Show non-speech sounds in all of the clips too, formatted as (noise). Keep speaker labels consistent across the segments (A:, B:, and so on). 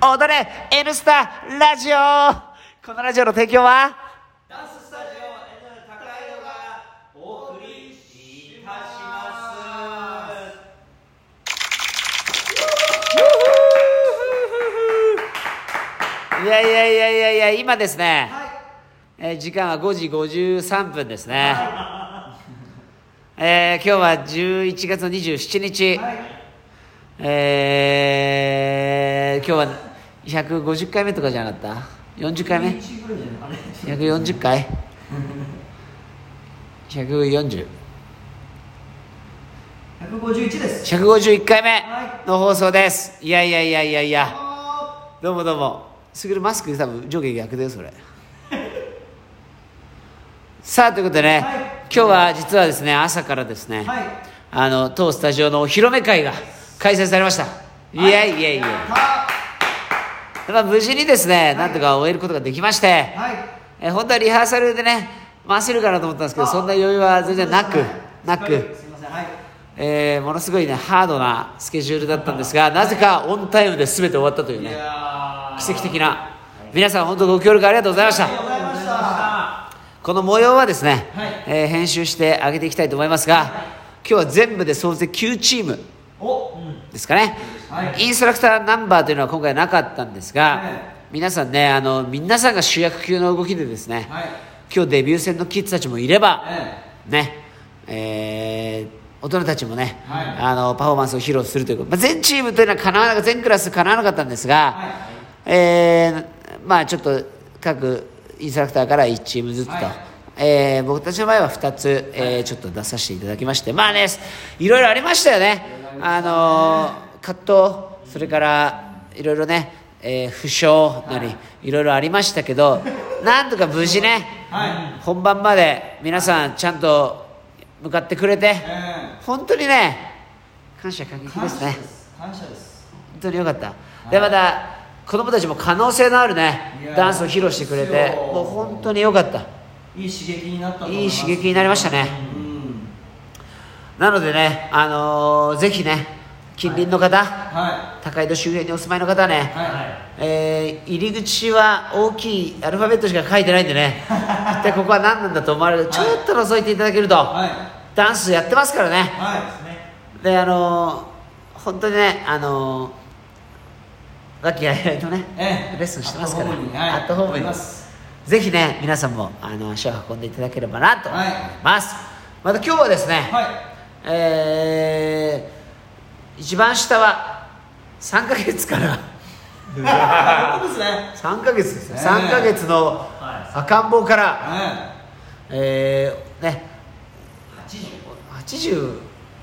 A: 踊れ N スタラジオこのラジオの提供はいやいやいやいやいや今ですね、えー時間は5時53分ですね、えー今日は11月の27日、えー今日は150回目とかじゃなかった40回目140回 ?140?151
B: 151です。
A: 回目
B: は
A: の放送ですいやいやいやいやいや
B: あ
A: どうもどうもすぐるマスク多分上下逆だよそれ (laughs) さあということでね、
B: はい
A: 今日は実はですね朝からですね、
B: はい
A: あの当スタジオのお披露目会が開催されましたいやいやいや、まあ、無事にですね、なんとか終えることができまして、
B: はい。
A: えー本当はリハーサルでね回せるかなと思ったんですけど
B: あ
A: そんな余裕は全然なく
B: はい
A: なく、
B: すいません。はい。
A: えーものすごいねハードなスケジュールだったんですがなぜかオンタイムで全て終わったという
B: い
A: ね
B: やー
A: 奇跡的な皆さん本当ご協力ありがとうございました
B: ありがとうございました。
A: この模様はですね、
B: はい
A: えー編集して上げていきたいと思いますが、今日は全部で総勢9チーム
B: お、うん。
A: ですかね、
B: はい
A: インストラクターナンバーというのは今回なかったんですが、
B: はい
A: 皆さんねあの皆さんが主役級の動きでですね、
B: はい。
A: 今日デビュー戦のキッズたちもいれば、
B: え
A: ねえー大人たちもね、
B: はい
A: あのパフォーマンスを披露するということ、まあ、全チームというのはかなわなか全クラスかなわなかったんですが、
B: はい
A: えーまあ、ちょっと各インストラクターから1チームずつと。
B: はい
A: えー僕たちの場合は2つ、えーちょっと出させていただきましてまあねいろいろありましたよねあのー葛藤それからいろいろね、えー負傷なり、いろいろありましたけどなんとか無事ね、
B: は
A: 本番まで皆さんちゃんと向かってくれて
B: ええ
A: 本当にね感謝感激
B: 感
A: です
B: 謝
A: ね
B: です。感謝です。
A: 本当によかったでまた子供たちも可能性のあるね
B: いやー
A: ダンスを披露してくれ
B: そうで
A: て
B: すよ
A: もう本当によかった
B: いい刺激になったと思
A: い
B: い
A: い
B: ます
A: 刺激になりましたね
B: うん。
A: なのでねあのーぜひね近隣の方、
B: は
A: 高井戸周辺にお住まいの方ね、
B: い。は
A: えー入り口は大きいアルファベットしか書いてないんで
B: (laughs)
A: ね一体ここは何なんだと思われるちょっと覗いていただけると、
B: い。はい。
A: ダンスやってますからね
B: は
A: であのー本当にねあのー楽器やり合いのね、
B: い。ええ。
A: レッスンしてますから
B: アットホームにはい
A: アットホームに
B: あります
A: ぜひね皆さんもあの足を運んでいただければなと思います、また今日はですね、
B: は
A: えー一番下は3ヶ月から
B: (laughs) い。そうですね。
A: 3ヶ月ですね
B: ね
A: 3ヶ月の赤ん坊から、
B: は
A: えーね80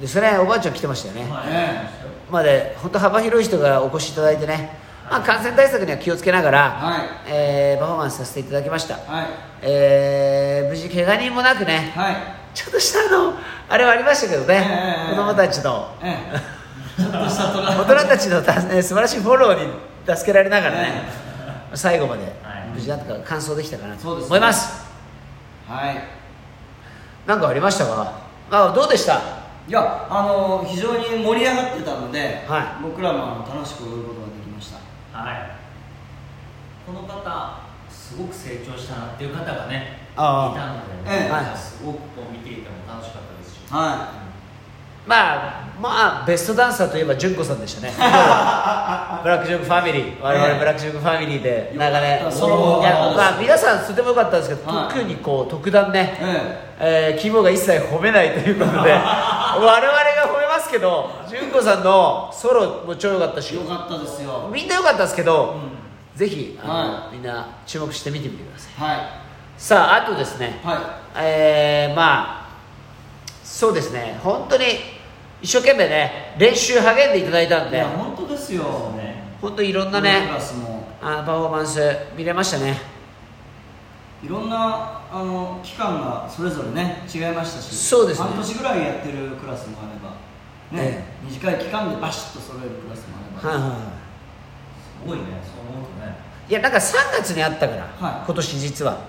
A: ですねおばあちゃん来てましたよね、
B: い。え
A: まで本当幅広い人がお越しいただいてね、まあ、感染対策には気をつけながら、
B: はい
A: えーパフォーマンスさせていただきました、
B: え。はい。
A: えー無事怪我人もなくね
B: はい。
A: ちょっとしたあのあれはありましたけどね、
B: ええ
A: 子供たちの
B: ええ。ちょっとしたトラブ
A: 大
B: ル。
A: 人たちのた、 (laughs) ね、素晴らしいフォローに助けられながらね、最後まで
C: はい
A: 無事なんとか完走できたかなと
B: そうですね
A: 思います
B: はい。
A: なんかありましたかあどうでした
B: いや、あの非常に盛り上がってたので、
A: はい
B: 僕らもあの楽しく踊ることができました。
C: はい、この方すごく成長したなっていう方がね
A: ああ
C: いたので、
B: ええ
A: はい
C: すごくこう見ていても楽しかったですし、
B: は
A: まあまあベストダンサーといえば純子さんでした
B: (laughs)
A: ねブラックジョークファミリー我
B: え
A: 々
B: え
A: ブラックジョークファミリーで
B: よか
A: 長
B: った
A: 年
B: その
A: いや
B: そうです
A: まあ皆さんとても良かったんですけど、
B: はい
A: 特にこう特段
B: い。
A: ね、
B: え
A: えー、規模が一切褒めないという
B: (laughs)
A: ことで我々が褒めますけど純子さんのソロも超良かった
B: え
A: し
B: よかったですよ。
A: みんな良かったんですけど、
B: うん
A: ぜひあの、
B: は
A: みんな注目して見てみてください
B: はい。
A: さああとですね、
B: は
A: えーまあそうですね本当に一生懸命ね練習励んでいただいたん
B: い。い
A: で
B: や、本当ですよ。
C: ね
A: 本当にいろんない
B: ろんなク
A: ね
B: ラスも、
A: あのパフォーマンス見れましたね
B: いろんなあの期間がそれぞれね違いましたし、
A: そうですね
B: 半年ぐらいやってるクラスもあれば。ね、短い期間でバシッと揃えるクラスもあれ
A: はい
B: ば、
A: はいは
C: すごいねそう思うとね
A: いいやなんか3月にあったから、
B: はい
A: 今年実は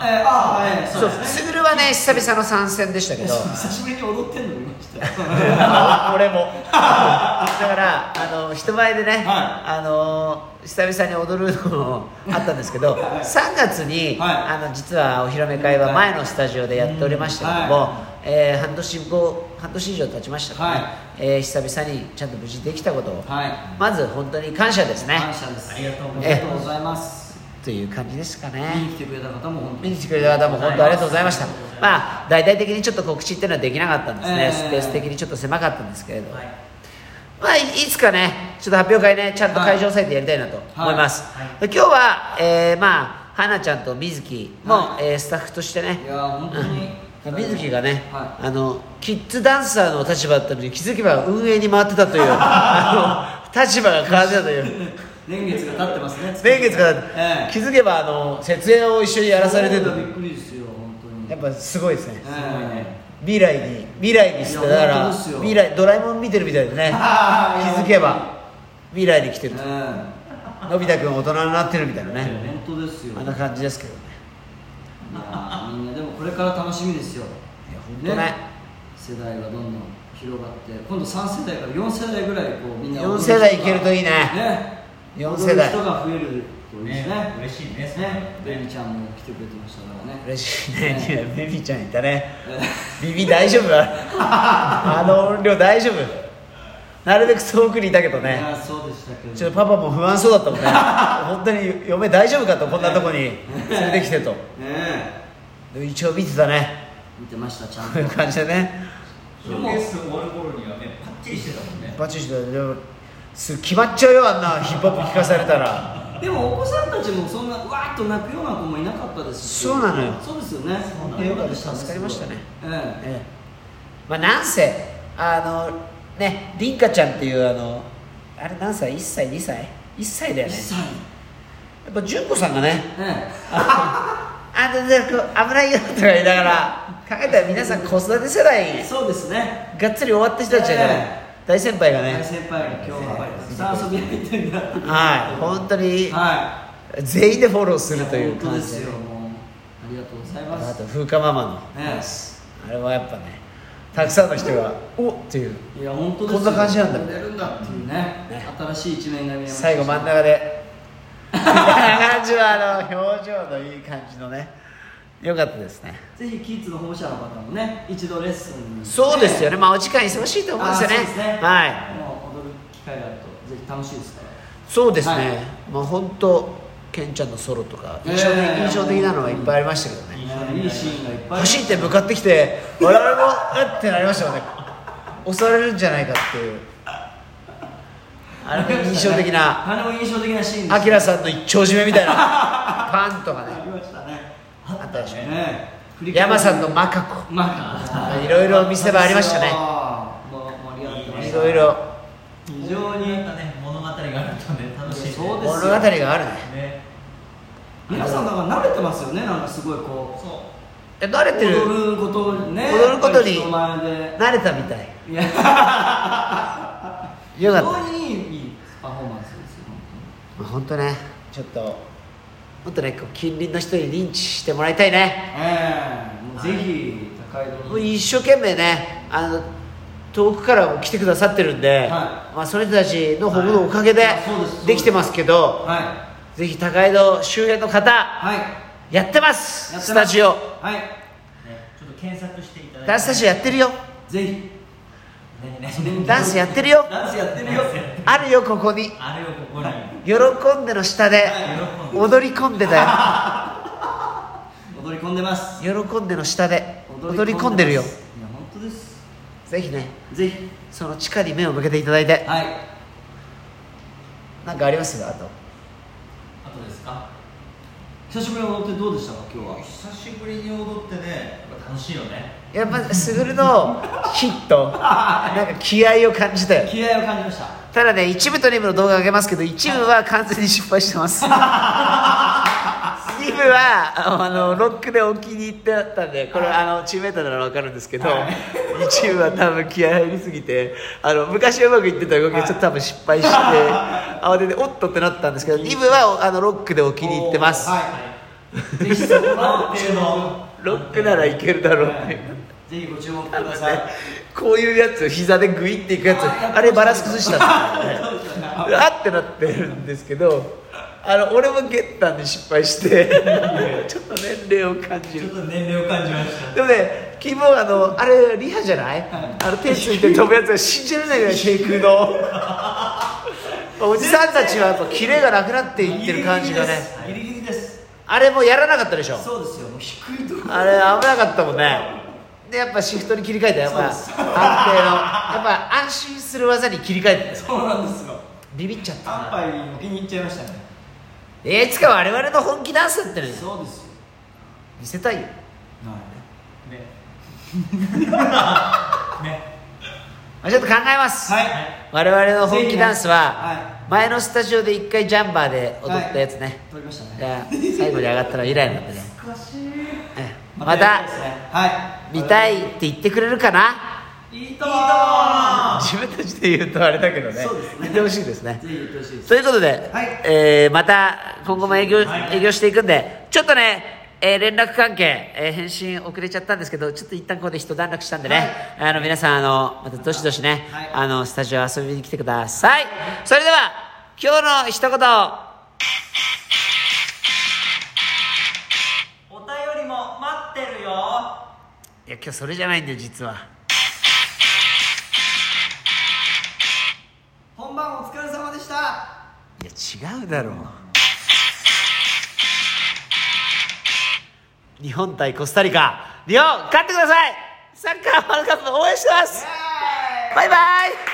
B: えー、ああ、えー、
A: そ
B: そう
A: う
B: ですね
A: スグルはね久々の参戦でしたけど
B: (laughs) 久しぶりに踊ってんの見
A: (laughs)
B: ましたよ
A: 俺
B: (laughs)
A: もだからあの人前でね、
B: は
A: あの久々に踊るのもあったんですけど、
B: はい
A: 3月に、
B: はい
A: あの実はお披露目会は前のスタジオでやっておりましたけども、
B: は
A: えー半年後半年以上経ちましたからね、
B: はい
A: えー久々にちゃんと無事できたことを、
B: はい
A: まず本当に感謝ですね、
B: 感謝です
C: ありがとうご
A: ざいます
B: ありがとうございます
A: という感じですかね。
B: 見に来てくれた方も本当
A: 見
B: に
A: に来てくれた方も本当ありがとうございました。まあ大々的にちょっと告知っていうのはできなかったんですね、
B: えー
A: スペース的にちょっと狭かったんですけれど、
C: はい
A: まあいいつかねちょっと発表会ねちゃんと会場抑えてやりたいなと思います。
C: はいはい
A: で今日は、えーまあ花ちゃんと水木も、
B: はい
A: えースタッフとしてね
B: い、やー本当に、
A: うん水木がね、
B: は
A: あのキッズダンサーの立場だったのに気づけば運営に回ってたと
B: (laughs)
A: いうあの立場が変わってたという。
B: い、年月が経ってますね
A: (laughs) 年月から
B: ええ
A: 気づけばあの設営を一緒にやらされてる
B: そうびっくりですよ本当に
A: やっぱすごいですね
B: ええ
A: 未来に未来にして
B: いや
A: だから
B: 本当ですよ
A: 未来ドラえもん見てるみたいでね気
B: あー
A: づけば未来に来てる
B: え
A: とのび太くん大人になってるみたいな
B: え
A: ね
B: 本当ですよ
A: あんな感じですけどね
B: いやーみんなでもこれから楽しみですよ
A: いや本当ね
B: 世代がどんどん広がって今度3世代から4世代ぐらいこうみんな
A: 4世代いけるといいね
B: ね
A: 4世代
B: 踊る人が増えるといいで
C: ね
B: すね
C: 嬉しいねそれ
B: ねベビ
C: ね
B: ちゃんも来てくれてましたからね
A: 嬉しいねベビーちゃんいたね
B: え
A: ビビ大
B: (laughs)
A: 丈夫あの音量大丈夫なるべく遠くにいたけど
B: えい
A: ね
B: やそうでしたけど
A: ちょっとパパも不安そうだったもんね本当に嫁大丈夫かとこんなとこに連れてきてと
B: ねえ
A: でも一応見てたね
B: 見てましたちゃん
A: こ (laughs)
B: と
A: ういう感じでね
C: ショーケース終わる頃にはねパッチリしてたもんね
A: バチしてでもす決まっちゃうよあんなヒップホップ聞かされたら
B: でもお子さんたちもそんなうわーっと泣くような子もいなかったですし
A: そうなのよ
B: そうですよね
C: うなの
B: ええ
C: よ
A: かったです助かりましたね
B: ええ
A: ええまあなんせあのね凛花ちゃんっていうあのあれ何歳1歳2歳1歳だよ
B: 1
A: ね
B: 歳
A: やっぱ純子さんがね
B: え
A: あででこう危ないよとか言いながら考えたら皆さん子育て世
B: え
A: 代
B: そうですね
A: がっつり終わった人たちだから、
B: え
A: 大先輩がね
B: 大先輩が今日はたくさん遊びに行ってんだ
A: はい本当に
B: は
A: 全員でフォローす
B: い
A: るという
B: 本当
A: 感
B: で
A: じです
B: よもうありがとうございま
A: あ
B: す
A: と風花ママの
B: ええ
A: あれはやっぱねたくさんの人が「おっ!」ていう
B: いや本当です
A: こ
B: よ
A: んな感じなんだ
B: やれるんだっていうね
A: ね
B: 新しい一面が見えました
A: 最後真ん中でみたいな感じはあの表情のいい感じのねよかったですね
B: ぜひキッズの保護者の方もね一度レッスンに
A: そうですよねまあお時間忙しいと思うんですよね
B: あーそうですね
A: はい
B: もう踊る機会があるとぜひ楽しいですから
A: そうですね、
B: はい
A: まあ本当ケンちゃんのソロとか
B: ええ
A: 印象,、印象的なのはいっぱいありましたけどね、
B: いいシーンがいっぱい
A: 走って向かってきて我々も (laughs) 「えっ!」てなりましたよね襲われるんじゃないかっていうあれも印象的な
B: あれも印象的なシーンで
A: アキ
B: し
A: ラさんの一丁締めみたい (laughs) なパンとか
B: たあ
A: ね
B: りましたね
A: あったでしょ
B: ね振り返り
A: 山さんのマカコ
B: まあ
A: いろいろ見せ場ありましたね
B: もう盛り上がってま
A: い
B: し
A: ろい
B: た
A: ろ
B: 非常に
C: なんかね物語があるとね楽しいね
B: そうです
A: 物語があるね
C: ね
B: 皆さんだから慣れてますよねなんかすごいこ
C: そう
A: え慣
B: う
A: れてる
B: 踊ることにね
A: 踊ることに
B: 人前で
A: 慣れたみたい
B: いや
A: よかっ
B: 非
A: た
B: 常にいいいいパフォーマンスですよ
A: まあ本当ねちょっともっとねこう近隣の人に認知してもらいたいね
B: 本当にええもうぜひ高井
A: も
B: 戸
A: う
B: に
A: 一生懸命ねあの遠くからも来てくださってるんで、
B: い
A: まあ、その人たちの保護のおかげで
B: はいあそうですそうです
A: できてますけど、
B: はい
A: ぜひ高井戸周辺の方
B: はい
A: やってま
B: やってますす
A: スタジオ
B: はい
C: ねちょっと検索していただいて
A: ダンススタジオやってるよ
B: ぜひ
C: ねね
A: (laughs) ダンスやってるよ
B: ダンスやってるよ
A: あるよここに
C: あれをここに
A: 喜んでの下で
C: 喜んで
A: 踊り込んでだ
B: 踊り込んでます
A: よ喜んでの下で踊り込んでるよ
B: ますいや本当です
A: ぜひね
B: ぜひ
A: その地下に目を向けていただいて
B: はい
A: なんかありますあと
C: あとですか
B: 久しぶりに踊ってどうでしたか今日は
C: 久しぶりに踊ってねやっぱ楽しいよね
A: やっぱスグルのヒットなんか気合を感じたよ
B: 気合を感じました
A: ただね1部と2部の動画上げますけど1部は完全に失敗してます2部はあのロックでお気に入ってだったんでこれあのチームメーターなら分かるんですけど、1部は多分気合入りすぎてあの昔はうまくいってた動きがちょっと多分失敗して、慌てておっとってなったんですけど2部はあのロックでお気に入ってます、
B: はいぜひそこ
A: (laughs)
B: の注文
A: ロックならいけるだろうっていう
B: はいぜひご注文ください
A: こういうやつ膝でグイっていくやつ
B: あー
A: あれバランス崩したんですよね (laughs) あってなってるんですけどあの俺もゲッタンで失敗してちょっと年齢を感じ
B: ちょっ
A: る
B: と年齢を感じました
A: でもねキーボーあのあれリハじゃない、あの手ついて飛ぶやつは信じられないぐらい低空 (laughs) のおじさんたちはやっぱキレがなくなっていってる感じがね
B: ギリギリですギリギリです
A: あれもやらなかったでしょ
B: そうですよもう低いところ
A: あれ危なかったもんねでやっぱシフトに切り替えたよやっぱ安定のやっぱ安心する技に切り替えてたよ
B: そうなんですよ
A: ビビっちゃった
B: 乾
A: な
B: 杯も気に入っちゃいましたね
A: えーいつか我々の本気ダンスだってのに
B: そうですよ
A: 見せたいよ
B: はいね
A: まあちょっと考えます、
B: はい
A: 我々の本気ダンス
B: ぜひね
A: は前のスタジオで一回ジャンバーで踊ったやつね、
B: 取りましたね (laughs)
A: が最後に上がったの以来なんでね
B: 詳しい
A: ええまた
B: はい
A: 見たいって言ってくれるかない
B: いとも
A: (laughs) 自分たちで言うとあれだけどね
B: そうですね
A: 見てほしいですね
B: ぜひ言ってほしいです
A: ということで、
B: はい
A: えーまた今後も営業,、
B: はい
A: 営業していくんでちょっとね、えー連絡関係、えー返信遅れちゃったんですけどちょっと一旦ここで一段落したんでね、あの皆さんあのまたどしどしね、
B: はい
A: あのスタジオ遊びに来てくださいそれでは今日の一言
C: お便りも待ってるよ
A: いや今日それじゃないんだよ実は
B: 本番お疲れ様でした
A: いや違うだろう日本対コスタリカ日本勝ってくださいサッカーワールドカップ応援してますバイバイ